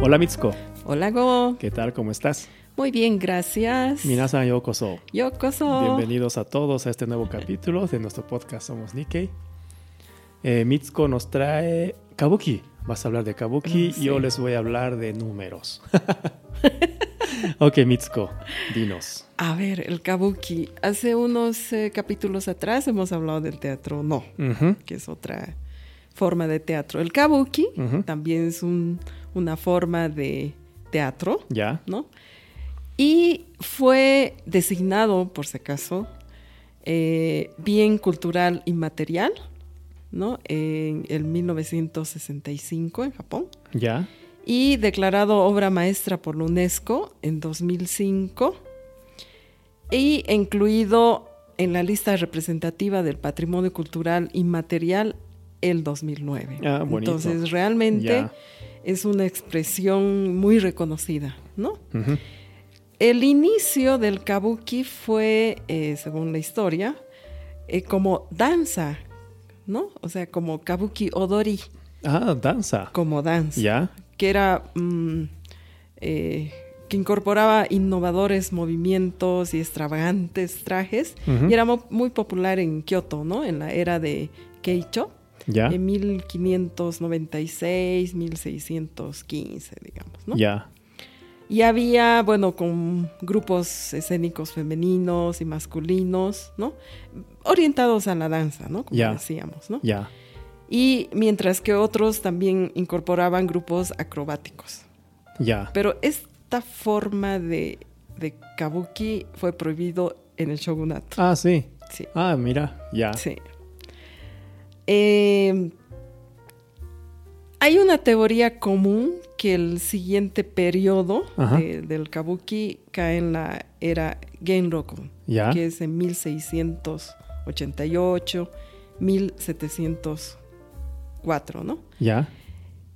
Hola Mitsuko, おらご ¿qué tal? ¿Cómo estás? Muy bien, gracias. Minasan yokoso. Yo coso. Bienvenidos a todos a este nuevo capítulo de nuestro podcast Somos Nikkei. Eh, Mitsuko nos trae Kabuki. Vas a hablar de Kabuki Mm, sí. yo les voy a hablar de números. ok, Mitsuko, dinos. A ver, el kabuki. Hace unos eh, capítulos atrás hemos hablado del teatro no, Ujú, que es otra forma de teatro. El kabuki Ujú. también es un- una forma de teatro, Ya. ¿no? Y fue designado, por si acaso, eh, bien cultural inmaterial, ¿no? En el 1965 en Japón. Ya. y declarado obra maestra por la UNESCO en 2005 y incluido en la lista representativa del patrimonio cultural inmaterial el 2009. Ah, bonito. Entonces realmente Ya. es una expresión muy reconocida, ¿no? Ujú, El inicio del kabuki fue, eh, según la historia, eh, como danza, ¿no? O sea, como kabuki odori, Ah, danza. como danza Ya. que era mm, eh, que incorporaba innovadores movimientos y extravagantes trajes Ujú. y era mo- muy popular en Kioto, ¿no? En la era de Keicho, Ya. en 1596, 1615, digamos, ¿no? Ya. Y había, bueno, con grupos escénicos femeninos y masculinos, ¿no? Orientados a la danza, ¿no? Como Ya. decíamos, ¿no? Ya. Y mientras que otros también incorporaban grupos acrobáticos. Ya. Pero esta forma de, de kabuki fue prohibido en el shogunato. Ah, sí. Sí. Ah, mira. Ya. sí. Eh, hay una teoría común que el siguiente periodo Ajá. de- del kabuki cae en la era Genroku, Ya. que es en 1688, 1704, ¿no? Ya.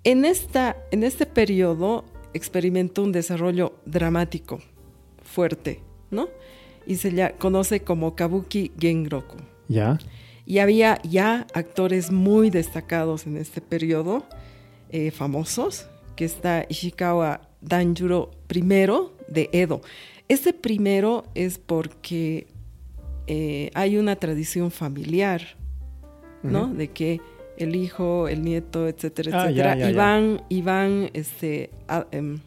En, esta, en este periodo experimentó un desarrollo dramático, fuerte, ¿no? Y se le conoce como Kabuki Genroku. Ya. Y había ya actores muy destacados en este periodo, eh, famosos, que está Ishikawa Danjuro I de Edo. Este primero es porque eh, hay una tradición familiar, ¿no? Ujú. De que el hijo, el nieto, etcétera, Ah, ya, etcétera, ya, y ya. van, y van, este, a- em,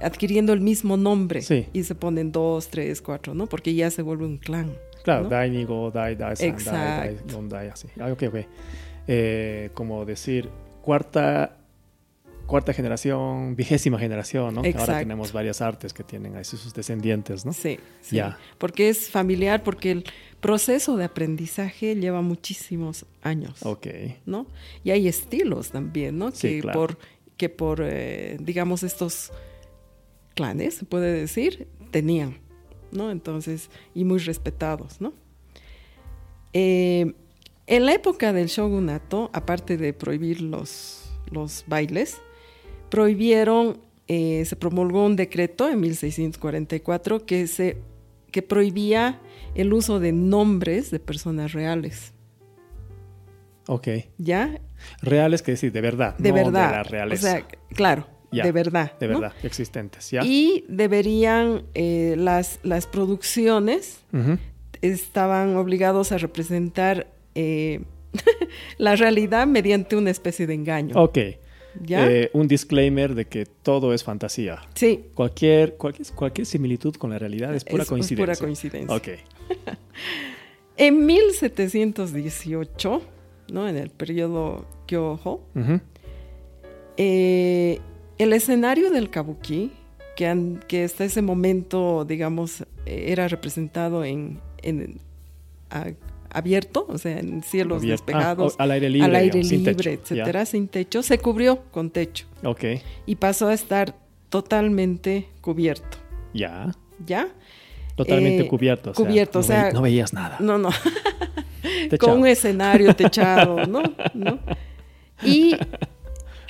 adquiriendo el mismo nombre Sí. y se ponen dos, tres, cuatro, ¿no? Porque ya se vuelve un clan. Claro, ¿no? dai nigo, dai dai san, dai dai Exacto. don dai así. Ah, ok, ok. Eh, como decir cuarta cuarta generación, vigésima generación, ¿no? Que Ahora Exacto. tenemos varias artes que tienen ahí sus descendientes, ¿no? Sí, sí. Ya. Porque es familiar, porque el proceso de aprendizaje lleva muchísimos años, Ok. ¿no? Y hay estilos también, ¿no? Sí, que claro. por, que por eh, digamos, estos clanes, se puede decir, tenían, ¿no? Entonces, y muy respetados, ¿no? Eh, en la época del shogunato, aparte de prohibir los, los bailes, prohibieron, eh, se promulgó un decreto en 1644 que, se, que prohibía el uso de nombres de personas reales, Ok. ¿ya? Reales que decir, de verdad. De no verdad. De la realeza. O sea, claro, Ya, de verdad. de ¿no? verdad, existentes, ¿ya? Y deberían eh, las, las producciones Ujú. estaban obligados a representar eh, la realidad mediante una especie de engaño. Ok. ¿Ya? Eh, un disclaimer de que todo es fantasía. sí. Cualquier, cualquier, cualquier similitud con la realidad es pura es- es coincidencia. pura coincidencia. Ok. En 1718, ¿no? en el periodo Kyoho, Ujú. eh, el escenario del kabuki, que, an- que hasta ese momento, digamos, eh, era representado en, en- a- abierto, o sea, en cielos Abierto. Ah, despejados, o- al aire libre, al aire digamos, sin libre, techo, ya. etcétera, sin techo, se cubrió con techo Ok. y pasó a estar totalmente cubierto, Ya. ¿ya? Totalmente Eh, cubierto. o sea, cubierto, o no sea, ve- no veías nada. No, no. Techado. con un escenario techado, ¿no? ¿No? Y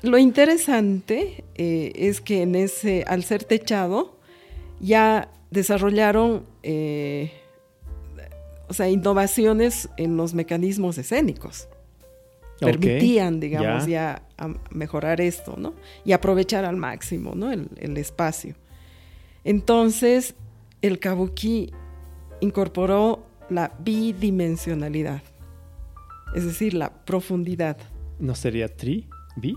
lo interesante eh, es que en ese, al ser techado, ya desarrollaron eh, o sea, innovaciones en los mecanismos escénicos. Ok, permitían, digamos, ya. ya, a- mejorar esto, ¿no? Y aprovechar al máximo, ¿no? El, el espacio. Entonces, el kabuki incorporó la bidimensionalidad, es decir, la profundidad. ¿No sería tri? ¿Bi?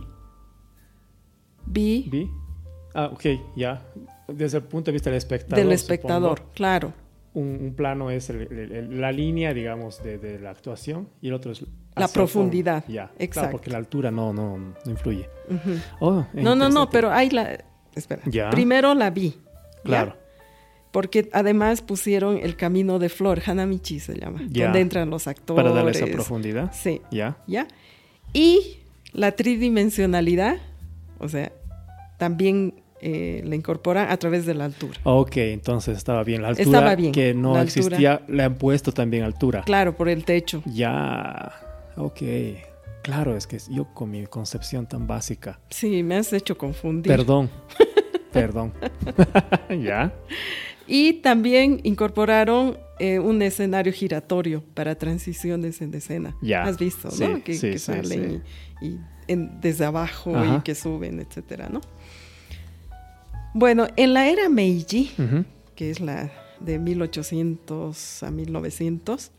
Bi, ¿Bi? Ah, ok, ya. Desde el punto de vista del espectador. del supongo. espectador, claro. Un, un plano es el- el- el- la línea, digamos, de, de la actuación y el otro es... hacia La el fondo. profundidad, Ya, claro, exacto. porque la altura no, no, no influye. Ujú. Oh, No, no, no, interesante. pero hay la... Espera. Ya. Primero la vi. ¿ya? Claro. Porque además pusieron el camino de flor, Hanamichi se llama, Ya. donde entran los actores. Para darle esa profundidad. Sí, Ya. ¿ya? Y la tridimensionalidad, o sea, también eh, la incorporan a través de la altura. Ok, entonces estaba bien. La altura Estaba bien, que no la altura. existía, le han puesto también altura. Claro, por el techo. Ya, ok. Claro, es que yo con mi concepción tan básica. Sí, me has hecho confundir. Perdón. Perdón. ya. Y también incorporaron eh, un escenario giratorio para transiciones en escena. Ya. Has visto, Sí, ¿no? Que, sí, que sí, salen y, y en- desde abajo Ajá. y que suben, etcétera, ¿no? Bueno, en la era Meiji, Ujú. que es la de 1800 a 1900,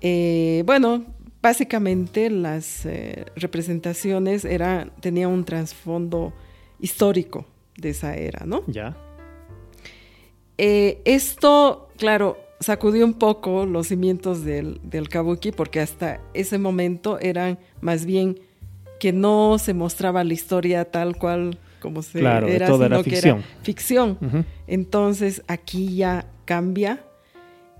eh, bueno, básicamente las eh, representaciones era, tenían un trasfondo histórico de esa era, ¿no? Ya. Eh, esto, claro, sacudió un poco los cimientos del, del kabuki porque hasta ese momento eran más bien que no se mostraba la historia tal cual como se Claro, era, todo era sino que ficción. ficción. Ujú. Entonces aquí ya cambia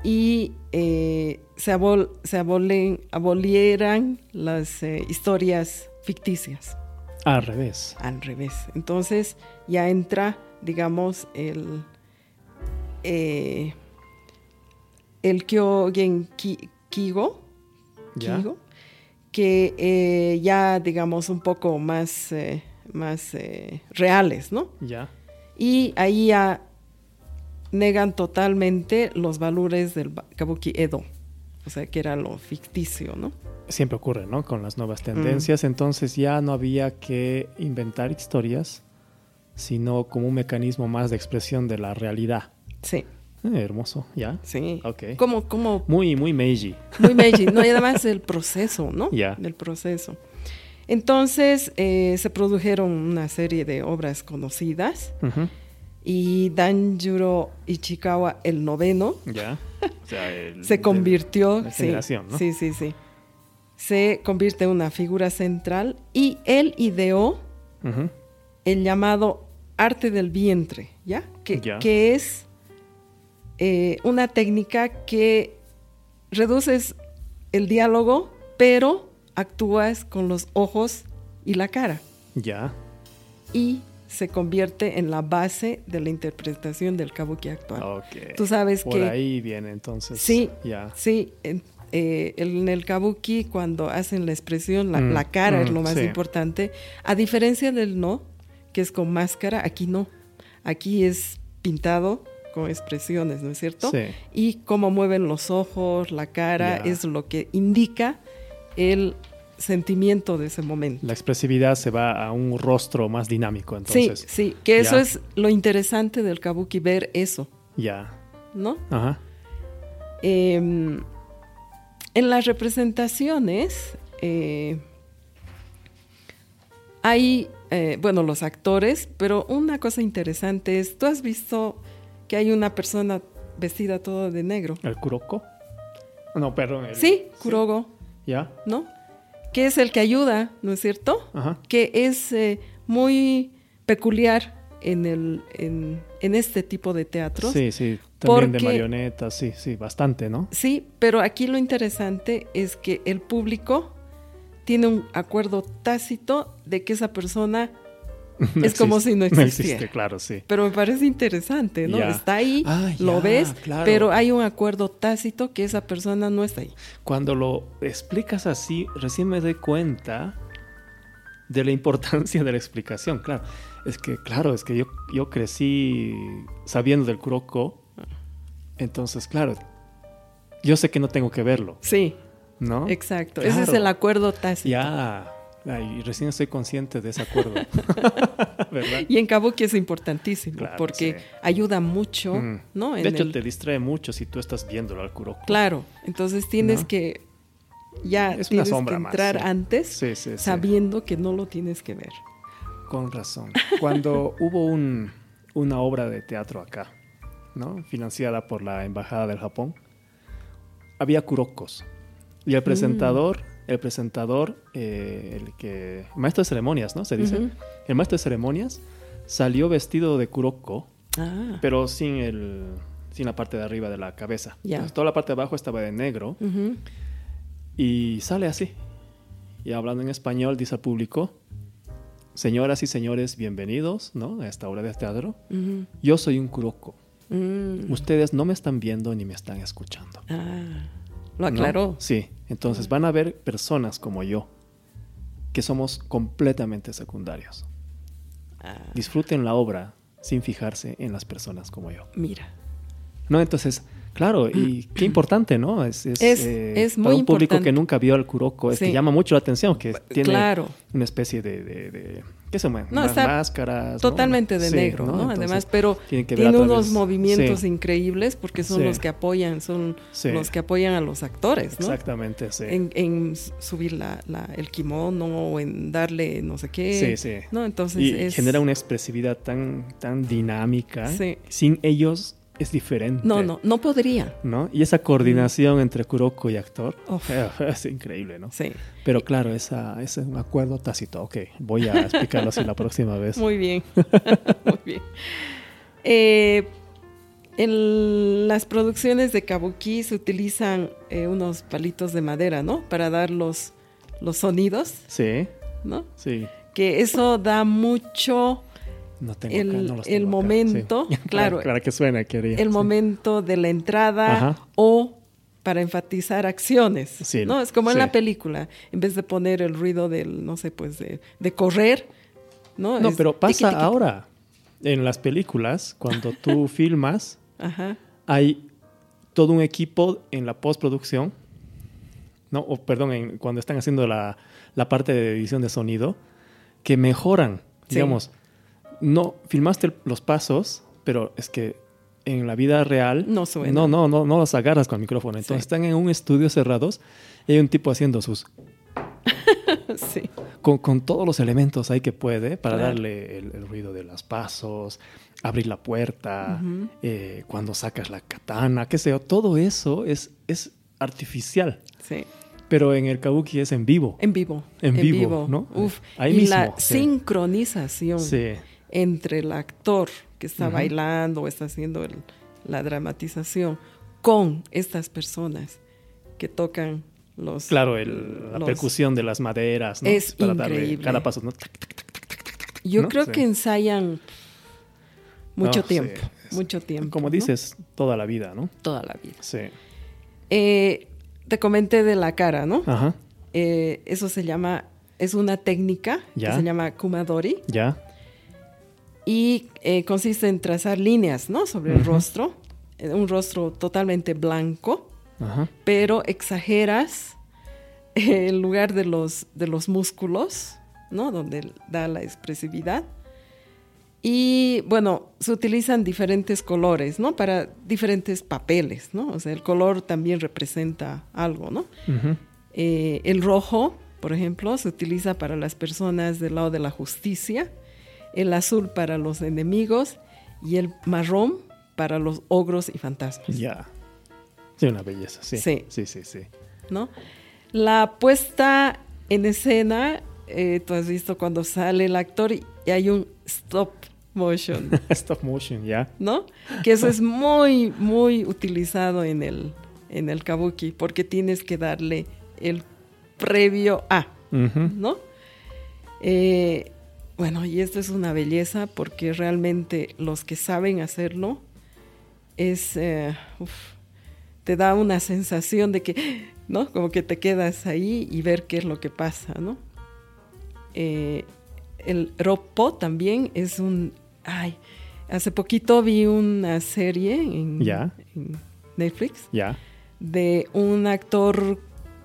y eh, se, abol- se abolen- abolieran las eh, historias ficticias Al revés. al revés. Entonces ya entra, digamos, el, eh, el Kyogen Ki- Kigo, Ya. Kigo, que eh, ya, digamos, un poco más, eh, más eh, reales, ¿no? Ya. Y ahí ya negan totalmente los valores del ba- Kabuki Edo, o sea, que era lo ficticio, ¿no? Siempre ocurre, ¿no? Con las Mm. nuevas tendencias. Entonces ya no había que inventar historias, sino como un mecanismo más de expresión de la realidad. Sí, Eh, hermoso, ya. sí. Ok. Como, como Muy, muy Meiji. Muy Meiji, ¿no? Y además el proceso, ¿no? Ya. El proceso. Entonces eh, se produjeron una serie de obras conocidas Ujú. y Danjuro Ichikawa, el noveno, Ya. O sea, el- se convirtió... la sí, generación, ¿no? sí, sí, sí. Se convierte en una figura central y él ideó Ujú. el llamado arte del vientre, ¿ya? Que, Ya. que es eh, una técnica que reduces el diálogo, pero actúas con los ojos y la cara. Ya. Y se convierte en la base de la interpretación del kabuki actual. Ok. Tú sabes Por que... ahí viene entonces. Sí, Ya. sí. En, eh, en el kabuki, cuando hacen la expresión, la, Mm, la cara es mm, lo más sí. importante. A diferencia del no, que es con máscara, aquí no. Aquí es pintado con expresiones, ¿no es cierto? Sí. Y cómo mueven los ojos, la cara, Ya. es lo que indica el sentimiento de ese momento. La expresividad se va a un rostro más dinámico, entonces. sí, sí, que eso ya. es lo interesante del kabuki, ver eso, Ya. ¿no? Ajá. Eh, en las representaciones eh, hay, eh, bueno, los actores, pero una cosa interesante es, tú has visto que hay una persona vestida todo de negro. El Kuroko. No, perdón. el- Sí, Kurogo, Ya. ¿no? Que es el que ayuda, ¿no es cierto? Ajá. Que es eh, muy peculiar en, el, en, en este tipo de teatros. Sí, sí. También de Porque- marionetas, sí, sí, bastante, ¿no? Sí, pero aquí lo interesante es que el público tiene un acuerdo tácito de que esa persona, No Es como si no existiera. existe, claro, sí. pero me parece interesante, ¿no? Ya. Está ahí, Ah, lo ya, ves, claro. pero hay un acuerdo tácito que esa persona no está ahí. Cuando lo explicas así, recién me doy cuenta de la importancia de la explicación, claro. Es que, claro, es que yo, yo crecí sabiendo del Kuroko, entonces, claro, yo sé que no tengo que verlo, Sí, ¿no? Exacto, Claro. ese es el acuerdo tácito. Ya. Ay, y recién estoy consciente de ese acuerdo. ¿Verdad? Y en Kabuki es importantísimo Claro, porque sí. ayuda mucho, Mm. ¿no? De En hecho, el- te distrae mucho si tú estás viéndolo al Kuroko. Claro, entonces tienes ¿No? que ya Es una tienes que sombra más, entrar sí. antes Sí, sí, sí. sabiendo que no lo tienes que ver. Con razón. Cuando hubo un- una obra de teatro acá, ¿no? Financiada por la Embajada del Japón, había kurokos. Y Mm. el presentador, el presentador, eh, el que... Maestro de ceremonias, ¿no? Se dice. Ujú. El maestro de ceremonias salió vestido de kuroko, Ah, pero sin, el, sin la parte de arriba de la cabeza. Ya. Entonces, toda la parte de abajo estaba de negro ujú. y sale así. Y hablando en español, dice al público, señoras y señores, bienvenidos ¿no? a esta obra de teatro. Ujú. Yo soy un kuroko. Mm. Ustedes no me están viendo ni me están escuchando. Ah, lo ¿no? aclaró. Sí, entonces van a ver personas como yo, que somos completamente secundarios. Ah, Disfruten la obra sin fijarse en las personas como yo. mira, No, entonces, claro, y qué importante, ¿no? Es, es, eh, Es- es para muy un público importante. que nunca vio al Kuroko, es que Sí. llama mucho la atención, que tiene claro. una especie de, de, de- ¿qué se llama? No, Unas está máscaras. ¿no? Totalmente de Sí, negro, ¿no? Entonces, Además, pero tiene que ver tiene a unos través- movimientos sí, increíbles porque son Sí. los que apoyan, son Sí. los que apoyan a los actores, ¿no? Exactamente, sí. En, en s- subir la, la- el kimono o en darle no sé Sí, qué. sí. ¿no? Entonces y es- genera una expresividad tan, tan dinámica. Sí. Sin ellos es diferente. No, no, no podría. ¿no? Y esa coordinación entre Kuroko y actor Uf. es increíble, ¿no? Sí, Pero claro, esa, ese es un acuerdo tácito. Ok, voy a explicarlo así la próxima vez. muy bien. muy bien. Eh, en las producciones de kabuki se utilizan eh, unos palitos de madera, ¿no? Para dar los, los sonidos, Sí, ¿no? sí. Que eso da mucho No tengo El- acá, no los el tengo acá, momento, sí. claro. Claro que suena, quería. el sí. momento de la entrada Ajá. o para enfatizar acciones, Sí, ¿no? Es como en sí. la película, en vez de poner el ruido del, no sé, pues de, de correr, ¿no? No, Es pero tiqui, pasa tiqui. ahora. En las películas, cuando tú filmas, Ajá, hay todo un equipo en la postproducción, ¿no? O perdón, en- cuando están haciendo la, la parte de edición de sonido, que mejoran, Sí. digamos. No, filmaste el- los pasos, pero es que en la vida real... No suena. No, no, no, no los agarras con el micrófono. Entonces Sí. están en un estudio cerrados y hay un tipo haciendo sus sí. con, con todos los elementos ahí que puede para Claro. darle el, el ruido de los pasos, abrir la puerta, Ujú. eh, cuando sacas la katana, qué sé yo, todo eso es, es artificial, Sí, pero en el kabuki es en vivo. en vivo. En vivo, ¿no? Uf. Ahí y mismo, la sí. sincronización Sí, entre el actor que está Ujú. bailando o está haciendo el- la dramatización con estas personas que tocan los... claro, el- la los- percusión de las maderas, ¿no? Es para darle increíble. cada paso, ¿no? Tac, tac, Yo ¿no? creo Sí. que ensayan mucho No, tiempo, sí, es- mucho tiempo. Como ¿no? dices, toda la vida, ¿no? Toda la vida. Sí. Eh, te comenté de la cara, ¿no? Ajá, Eh, eso se llama, es una técnica Ya. que se llama Kumadori ya. y eh, consiste en trazar líneas, ¿no? Sobre el Ujú. rostro, eh, un rostro totalmente blanco, Ajá. pero exageras el lugar de los, de los músculos, ¿no? Donde da la expresividad. Y bueno, se utilizan diferentes colores, ¿no? Para diferentes papeles, ¿no? O sea, el color también representa algo, ¿no? ujú, Eh, el rojo, por ejemplo, se utiliza para las personas del lado de la justicia, el azul para los enemigos y el marrón para los ogros y fantasmas. Ya. Sí, una belleza, sí. Sí. Sí, sí, sí. ¿no? La puesta en escena, eh, tú has visto cuando sale el actor y y hay un stop motion, Stop motion, ya. ¿no? Que eso es muy, muy utilizado en el, en el kabuki, porque tienes que darle el previo a, Ujú. ¿no? Eh, bueno, y esto es una belleza porque realmente los que saben hacerlo es, eh, uf, te da una sensación de que, ¿no? Como que te quedas ahí y ver qué es lo que pasa, ¿no? Eh, el ropo también es un, ay, hace poquito vi una serie en, Ya. en Netflix Ya. de un actor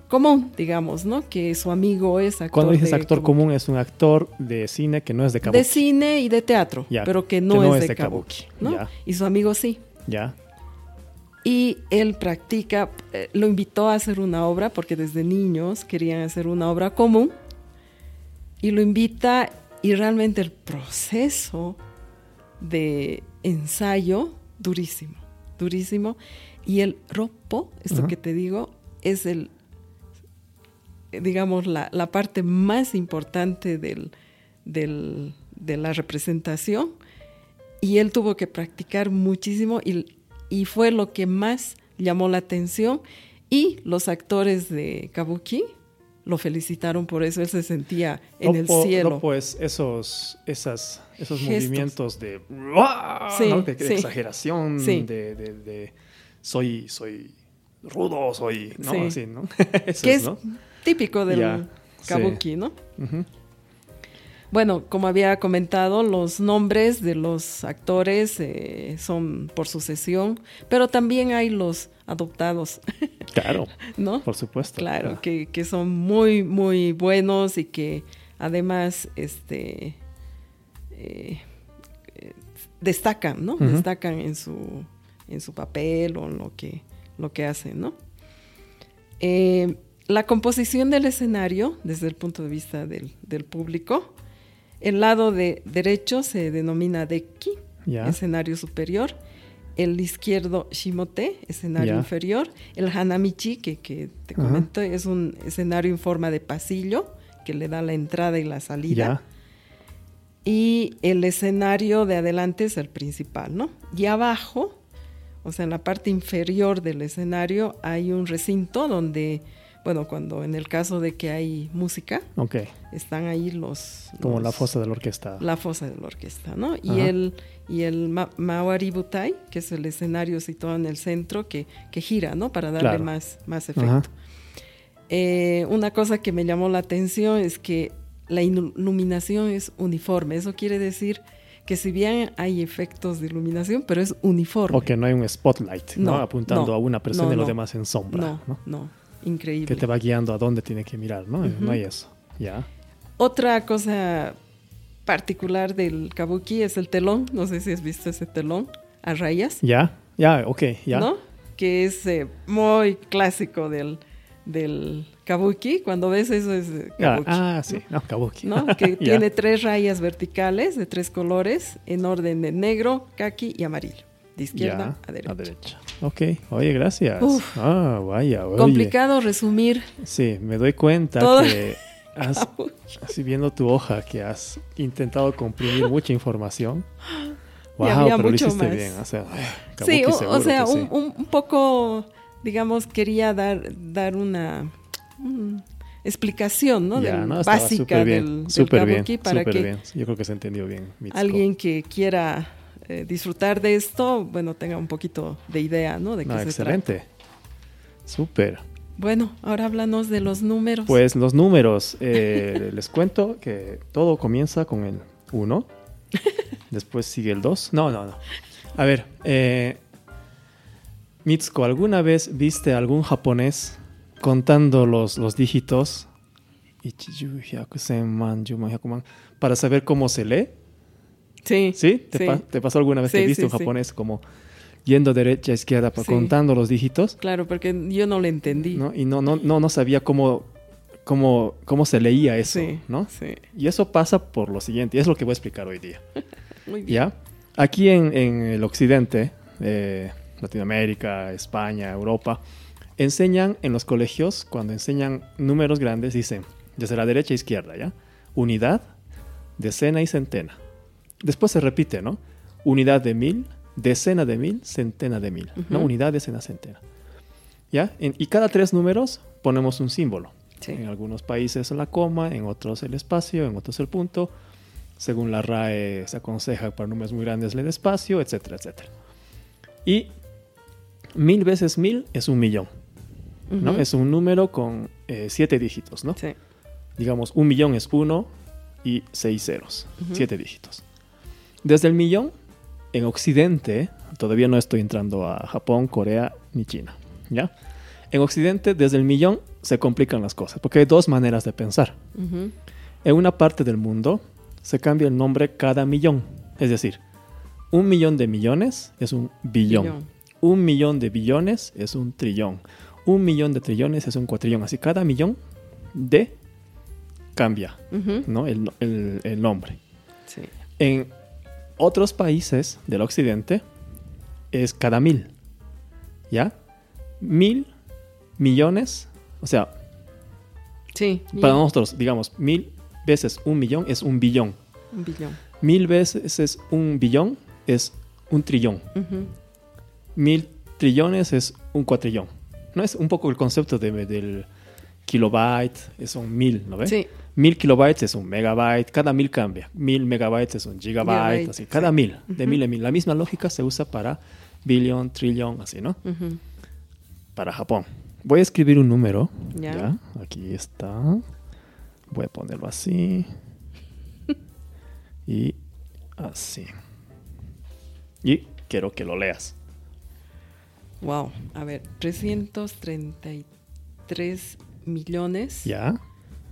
común, digamos, ¿no? Que su amigo es actor. Cuando dices de actor kabuki. común, es un actor de cine que no es de kabuki. De cine y de teatro, Ya, pero que no, es, de, kabuki, ¿no? ya. Y su amigo sí. Ya, Y él practica, eh, lo invitó a hacer una obra porque desde niños querían hacer una obra común. Y lo invita y realmente el proceso de ensayo, durísimo, durísimo. Y el ropo, esto Ajá. que te digo, es el, eh, digamos, la, la parte más importante del- del- de la representación. Y él tuvo que practicar muchísimo y, y fue lo que más llamó la atención. Y los actores de Kabuki lo felicitaron por eso. Él se sentía en Roppo- el cielo. Roppo es pues, esos, esas, esos Gestos. movimientos de, ¡Uah! Sí, ¿no? de, de sí. exageración, Sí. de, de- de soy, soy rudo, soy, ¿no? Sí. Así, ¿no? Eso que es, es ¿no? típico del Ya, sí. Kabuki, ¿no? Ujú. Bueno, como había comentado, los nombres de los actores eh, son por sucesión, pero también hay los adoptados, Claro, ¿no? por supuesto. Claro, Ah, que, que son muy, muy buenos y que además este, eh, eh, destacan, ¿no? Ujú. Destacan en su, en su papel o en lo que, lo que hacen, ¿no? Eh, la composición del escenario, desde el punto de vista del, del público, el lado de derecho se denomina deki, Ya. escenario superior, el izquierdo shimote, escenario Ya. inferior, el hanamichi, que, que te Ajá. comento, es un escenario en forma de pasillo que le da la entrada y la Ya, salida. Y el escenario de adelante es el principal, ¿no? Y abajo, o sea, en la parte inferior del escenario hay un recinto donde, bueno, cuando en el caso de que hay música, ok. están ahí los... Como la los- fosa de la orquesta. La fosa de la orquesta, ¿no? Y Ajá. el, y el ma- Mawari Butai, que es el escenario situado en el centro que, que gira, ¿no? Para darle Claro. más, más efecto. Ajá. Eh, una cosa que me llamó la atención es que la ilu- iluminación es uniforme. Eso quiere decir que si bien hay efectos de iluminación, pero es uniforme. O que no hay un spotlight, ¿no? No, Apuntando no, a una persona no, y los no. demás en sombra, no, ¿no? no, increíble. Que te va guiando a dónde tiene que mirar, ¿no? No Ujú. hay eso. Ya. Otra cosa particular del kabuki es el telón. No sé si has visto ese telón a rayas. Ya, ya, ok, ya. ¿no? Que es eh, muy clásico del, del kabuki. Cuando ves eso es eh, Ya, kabuki. Ah, sí, no, kabuki. ¿no? Que Ya. tiene tres rayas verticales de tres colores en orden de negro, kaki y amarillo. De izquierda Ya, a derecha. Ok, oye, gracias. Uf. Ah, vaya, oye. Complicado resumir Sí, me doy cuenta Todo- que has, kabuki. así viendo tu hoja, que has intentado comprimir mucha información. Y Wow, había pero lo mucho hiciste más. bien. O sea, ay, kabuki Sí, o- o, seguro sea, que sí. un, un- un poco, digamos, quería dar, dar una mm, explicación, ¿no? Ya, Del- ¿no? Estaba básica súper bien, del, del súper bien, kabuki para súper que bien. Yo creo que se entendió bien. Mitsuko. alguien que quiera eh, disfrutar de esto, bueno, tenga un poquito de idea, ¿no? De qué No, se excelente. Súper. trata. Bueno, ahora háblanos de los números. Pues los números, eh, les cuento que todo comienza con el 1, después sigue el 2. No, no, no. A ver, eh, Mitsuko, ¿alguna vez viste algún japonés contando los, los dígitos? Ichiyu, hyakusen, man, yuman, hyakuman, Para saber cómo se lee. sí. ¿Sí? ¿Te, Sí. pa- te pasó alguna vez Sí, que viste sí, un sí. japonés como yendo derecha a izquierda pa- Sí. contando los dígitos? Claro, porque yo no le entendí. ¿no? Y no, no, no, no sabía cómo, cómo, cómo se leía eso, sí, ¿no? Sí. Y eso pasa por lo siguiente, y es lo que voy a explicar hoy día, Muy bien. ¿ya? Aquí en, en el occidente, eh, Latinoamérica, España, Europa, enseñan en los colegios, cuando enseñan números grandes, dicen desde la derecha a izquierda, ¿ya? Unidad, decena y centena. Después se repite, ¿no? Unidad de mil, decena de mil, centena de mil, ¿no? Ujú. Unidad, decena, centena. ¿Ya? En- y cada tres números ponemos un símbolo. Sí. En algunos países la coma, en otros el espacio, en otros el punto. Según la RAE se aconseja para números muy grandes el espacio, etcétera, etcétera. Y mil veces mil es un millón, ¿no? Ujú. Es un número con eh, siete dígitos, ¿no? Sí. Digamos, un millón es uno y seis ceros, Ujú. siete dígitos. Desde el millón, en Occidente, todavía no estoy entrando a Japón, Corea ni China, ¿ya? En Occidente, desde el millón se complican las cosas, porque hay dos maneras de pensar. Ujú. En una parte del mundo se cambia el nombre cada millón, es decir, un millón de millones es un billón, Billón. un millón de billones es un trillón, un millón de trillones es un cuatrillón, así cada millón de cambia Ujú. ¿no? el, no- el- el nombre. Sí. En otros países del occidente es cada mil. ¿Ya? Mil millones. O sea, Sí. y para nosotros, digamos, mil veces un millón es un billón. Un billón. Mil veces es un billón es un trillón. Ujú. Mil trillones es un cuatrillón. ¿No es un poco el concepto de- del kilobyte? Son mil, ¿no ves? Sí. Mil kilobytes es un megabyte, cada mil cambia. Mil megabytes es un gigabyte, Gigabyte, así, cada sí. mil, de mil en mil. La misma lógica se usa para billón, trillón, así, ¿no? Ujú. Para Japón. Voy a escribir un número. Ya. Ya. Aquí está. Voy a ponerlo así. y así. Y quiero que lo leas. Wow. A ver, 333 millones. Ya,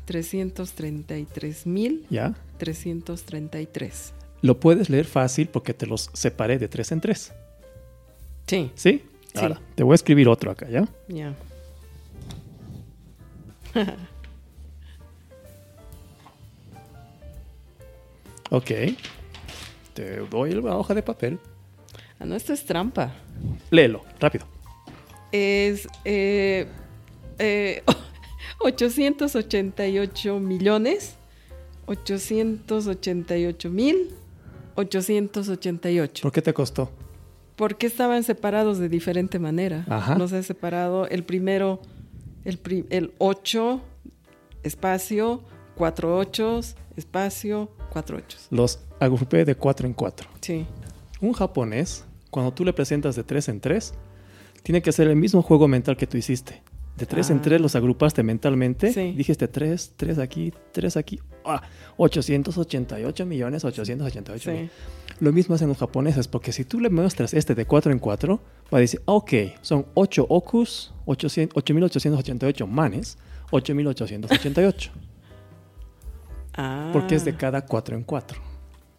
333 mil. ya. 333. Lo puedes leer fácil porque te los separé de tres en tres. Sí. ¿Sí? Sí. Ahora, te voy a escribir otro acá, ¿ya? Ya. Ok. Te doy la hoja de papel. Ah, no, esto es trampa. Léelo, rápido. Es eh, eh, 888 millones 888 mil 888. ¿Por qué te costó? Porque estaban separados de diferente manera. Ajá. Los he separado el primero, el, pri- el 8, espacio, 4 ochos, espacio, 4 ochos. Los agrupé de cuatro en cuatro. Sí. Un japonés, cuando tú le presentas de tres en tres, tiene que hacer el mismo juego mental que tú hiciste. De tres en Ah. tres los agrupaste mentalmente. Sí. Dijiste tres, tres aquí, tres aquí. ¡Ah! 888 millones, 888 Sí. Lo mismo hacen los japoneses, porque si tú le muestras este de 4 en 4, va a decir, "Ah, ok, son 8 okus, 800 8888 manes, 8888, Ah. porque es de cada 4 en 4.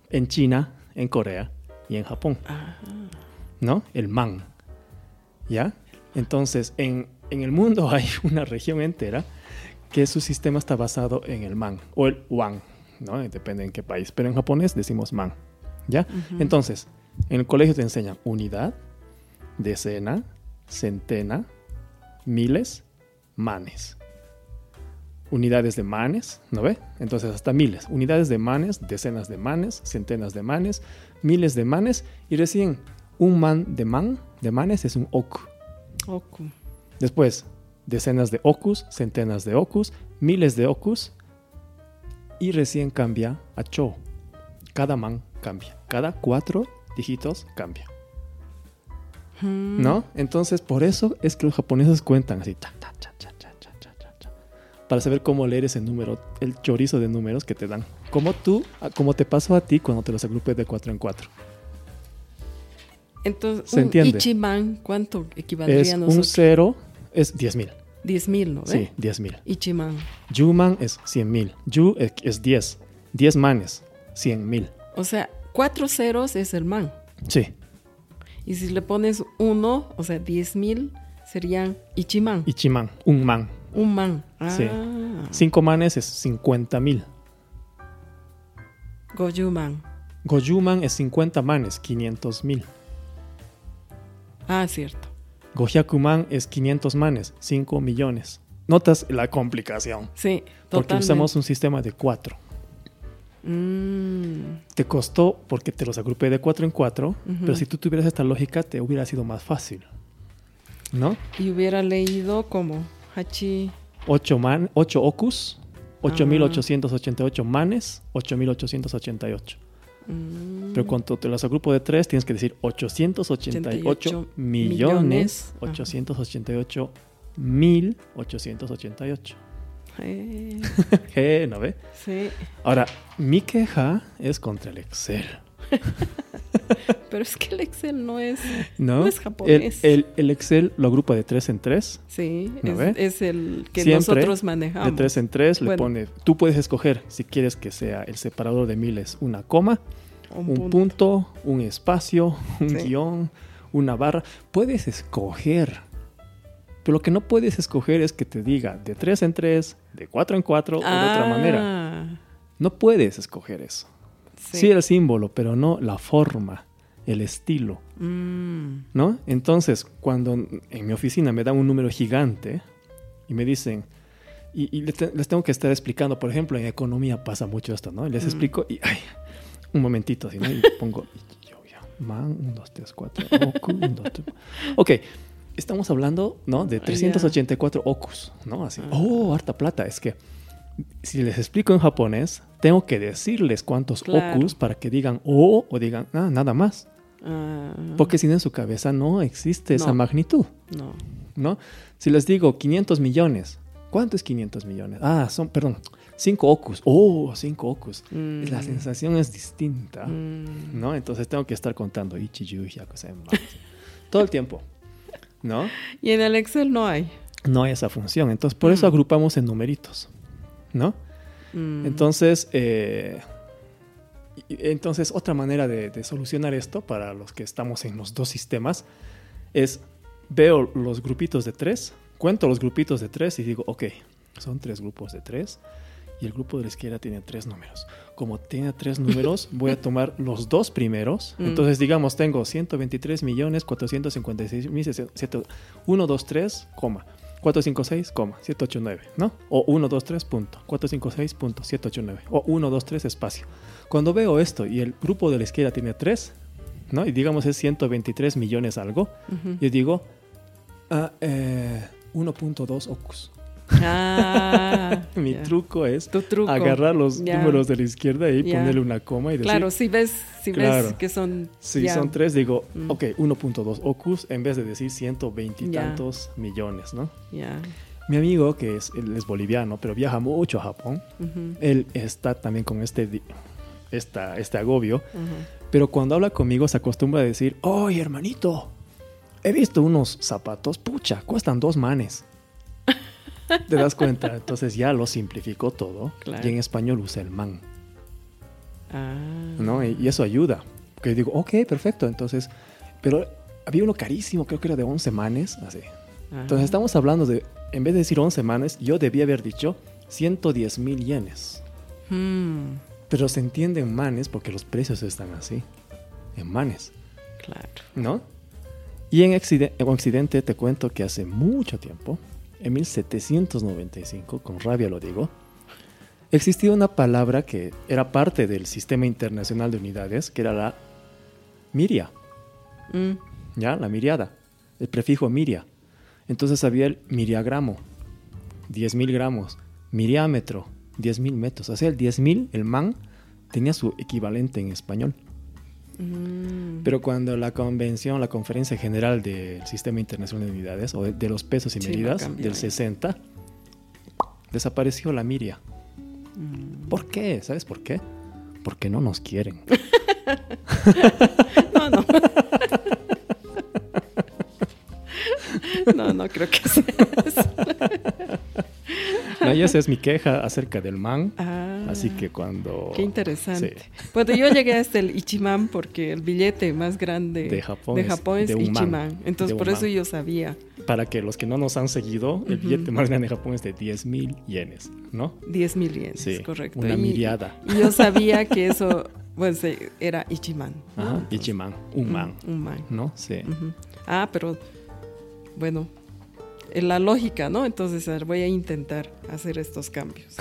En China, en Corea y en Japón, Ah, ¿no? El man. ¿Ya? Entonces, en, en el mundo hay una región entera que su sistema está basado en el man o el wan, ¿no? Depende en qué país, pero en japonés decimos man, ¿ya? Entonces, en el colegio te enseñan unidad, decena, centena, miles, manes. Unidades de manes, ¿no ve? Entonces hasta miles. Unidades de manes, decenas de manes, centenas de manes, miles de manes y recién un man de man, de manes es un oku. oku. Después, decenas de okus, centenas de okus, miles de okus. Y recién cambia a cho. Cada man cambia. Cada cuatro dígitos cambia. Mm. ¿No? Entonces, por eso es que los japoneses cuentan así. ta, ta, cha, cha, cha, cha, cha, cha, cha, para saber cómo leer ese número, el chorizo de números que te dan. Como tú, como te pasó a ti cuando te los agrupé de cuatro en cuatro. Entonces, ¿Se un entiende? Ichiban, ¿cuánto equivaldría Es a un nosotros? cero, es 10.000. 10.000, ¿no? Sí, ve? 10.000. Ichiman. Yuman es 100.000 mil. Yu es- es 10. 10 manes, 100.000 mil. O sea, cuatro ceros es el man. Sí, Y si le pones uno, o sea, 10.000 serían Ichiman. Ichiman, un man. un man. Ah, Sí. 5 manes es 50.000 mil. Gojuman. Goyuman es 50 manes, 500.000 mil. Ah, cierto. Gohyakuman es 500 manes, 5 millones. Notas la complicación. Sí, Porque totalmente. usamos un sistema de 4. Mm, Te costó porque te los agrupé de 4 en 4, pero si tú tuvieras esta lógica te hubiera sido más fácil. ¿No? y hubiera leído como Hachi. 8 man, ocho okus, Ah. 8888 manes, 8888. mm, Pero cuando te las agrupo de 3 tienes que decir 888 88 millones, millones, ajá. 888 mil, 888. eh, Je, ¿no ve? sí. Ahora, mi queja es contra el Excel. Pero es que el Excel no es, ¿No? no es japonés. El, el- el Excel lo agrupa de tres en tres. sí, ¿no es, ve? es el que Siempre nosotros De manejamos. tres en tres le Bueno. pone. Tú puedes escoger si quieres que sea el separador de miles una coma, Un un, punto. punto. un espacio, un Sí. guión, una barra. Puedes escoger. Pero lo que no puedes escoger es que te diga de tres en tres, de cuatro en cuatro o de otra manera. Ah, No puedes escoger eso. Sí. Sí. el símbolo, pero no la forma, el estilo, Mm, ¿no? Entonces, cuando en mi oficina me dan un número gigante y me dicen, y, y le te- les, tengo que estar explicando, por ejemplo, en economía pasa mucho esto, ¿no? Y les explico y, ay, un momentito, así, ¿no? Y pongo, y yo, ya, man, un, dos, tres, cuatro, oku, un, dos, tres. Ok, estamos hablando, ¿no? De Ah, Ya. 384 okus, ¿no? Así, Ah. oh, harta plata, es que si les explico en japonés, tengo que decirles cuántos Claro. okus para que digan oh o digan ah, nada más. ah, Porque si no, en su cabeza no existe esa No. magnitud, no. ¿no? Si les digo 500 millones, ¿cuánto es 500 millones? Ah, son, perdón, 5 okus. Oh, 5 okus. Mm. La sensación es distinta, Mm, ¿no? Entonces tengo que estar contando ichiyu, yakusen, ma- todo el tiempo, ¿no? Y en el Excel no hay. No hay esa función. Entonces, por eso Mm. agrupamos en numeritos, ¿no? Mm, Entonces, eh, y- entonces otra manera de, de solucionar esto para los que estamos en los dos sistemas es veo los grupitos de tres, cuento los grupitos de tres y digo, ok, son tres grupos de tres y el grupo de la izquierda tiene tres números. Como tiene tres números, voy a tomar los dos primeros. Mm. Entonces, digamos, tengo 123 millones 456 mil 1, 2, 3, coma. 456, coma, 789, ¿no? O 1, 2, 3, punto. 456, punto, 789. O 1, 2, 3, espacio. Cuando veo esto y el grupo de la izquierda tiene 3, ¿no? Y digamos es 123 millones algo, ujú. yo digo ah, eh, 1.2 ocus. Ah, Mi ya. truco es Tu truco. agarrar los Ya. números de la izquierda y Ya. ponerle una coma y decir... Claro, si ves, si Claro. ves que son. Si ya. son tres, digo, Mm. ok, 1.2 ocus en vez de decir 120 y Ya. tantos millones, ¿no? Ya. Mi amigo, que es, él es boliviano, pero viaja mucho a Japón, ujú, él está también con este, di- esta, este agobio, ujú. pero cuando habla conmigo se acostumbra a decir, ¡Oye, hermanito! He visto unos zapatos, pucha, cuestan dos manes. ¿Te das cuenta? Entonces ya lo simplificó todo Claro. y en español usa el man, Ah. ¿no? Y, y eso ayuda. Porque digo, ok, perfecto, entonces, pero había uno carísimo, creo que era de 11 manes, así. ah, Entonces estamos hablando de, en vez de decir 11 manes, yo debía haber dicho 110 mil yenes. mm, Pero se entiende en manes porque los precios están así, en manes, claro. ¿no? Y en, Occide- en Occidente te cuento que hace mucho tiempo, en 1795, con rabia lo digo, existía una palabra que era parte del sistema internacional de unidades, que era la miria. Mm, ¿ya? La miriada, el prefijo miria. Entonces había el miriagramo, 10.000 gramos, miriámetro, 10.000 metros. O sea, el 10.000, el man, tenía su equivalente en español. mm, Pero cuando la convención, la conferencia general del Sistema Internacional de Unidades, o de, de los pesos y Sí, lo medidas, cambió del ahí. 60, desapareció la miria. mm. ¿Por qué? ¿Sabes por qué? Porque no nos quieren. No, no. No, no creo que sea eso. No, y esa es mi queja acerca del man. Ah, Así que cuando... Qué interesante. Sí. Bueno, yo llegué hasta el Ichiman porque el billete más grande De Japón es Japón es, de un man, Ichiman. Entonces, de un por eso man. yo sabía. Para que los que no nos han seguido, el billete más grande de Japón es de 10 mil yenes, ¿no? 10 mil yenes, Sí, correcto. una Y- miriada. Y yo sabía que eso, bueno, sí, era Ichiman. ¿no? Ajá, Ichiman, Mm. un man, Un man. ¿no? Sí. Ujú. Ah, pero bueno, en la lógica, ¿no? Entonces a ver, voy a intentar hacer estos cambios.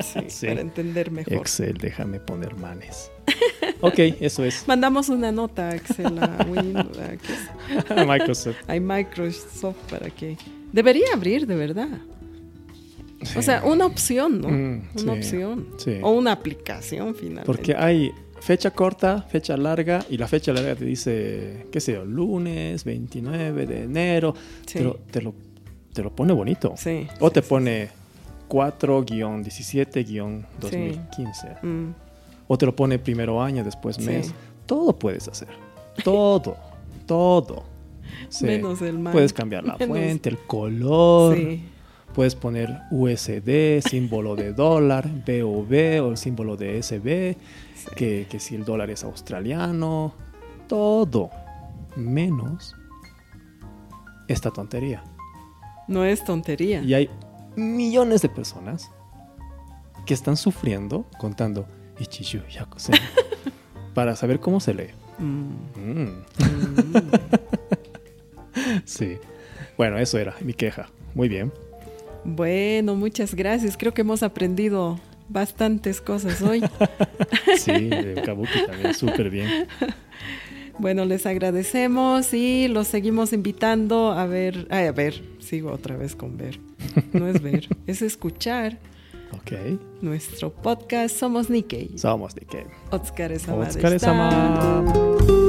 Sí, Sí. Para entender mejor. Excel, déjame poner manes. Ok, eso es Mandamos una nota a Excel, a Win, a, ¿qué es? Microsoft. a Microsoft para que... Debería abrir, de verdad. O sea, una opción, ¿no? Mm, una sí, opción. sí. O una aplicación finalmente. Porque hay fecha corta, fecha larga, y la fecha larga te dice, qué sé yo, lunes 29 de enero. Sí. Te, lo, te, lo, te lo pone bonito. Sí. O sí, te sí, pone 4-17-2015. Mm, O te lo pone primero año, después mes. Sí. Todo puedes hacer. Todo. todo. Sí. Menos el man. Puedes cambiar la Menos- fuente, el color. Sí. Puedes poner USD, símbolo de dólar, BOV o el símbolo de SB, Sí. que, que si el dólar es australiano, todo, menos esta tontería. No es tontería. Y hay millones de personas que están sufriendo contando Ichiyu Yakusen para saber cómo se lee. Mm, Mm, mm. sí. Bueno, eso era mi queja. Muy bien. Bueno, muchas gracias. Creo que hemos aprendido bastantes cosas hoy. Sí, el Kabuki también, súper bien. Bueno, les agradecemos y los seguimos invitando a ver, ay, a ver, sigo otra vez con ver. No es ver, es escuchar Ok. nuestro podcast Somos Nikkei. Somos de que Otskare Samades. Otskare-sama.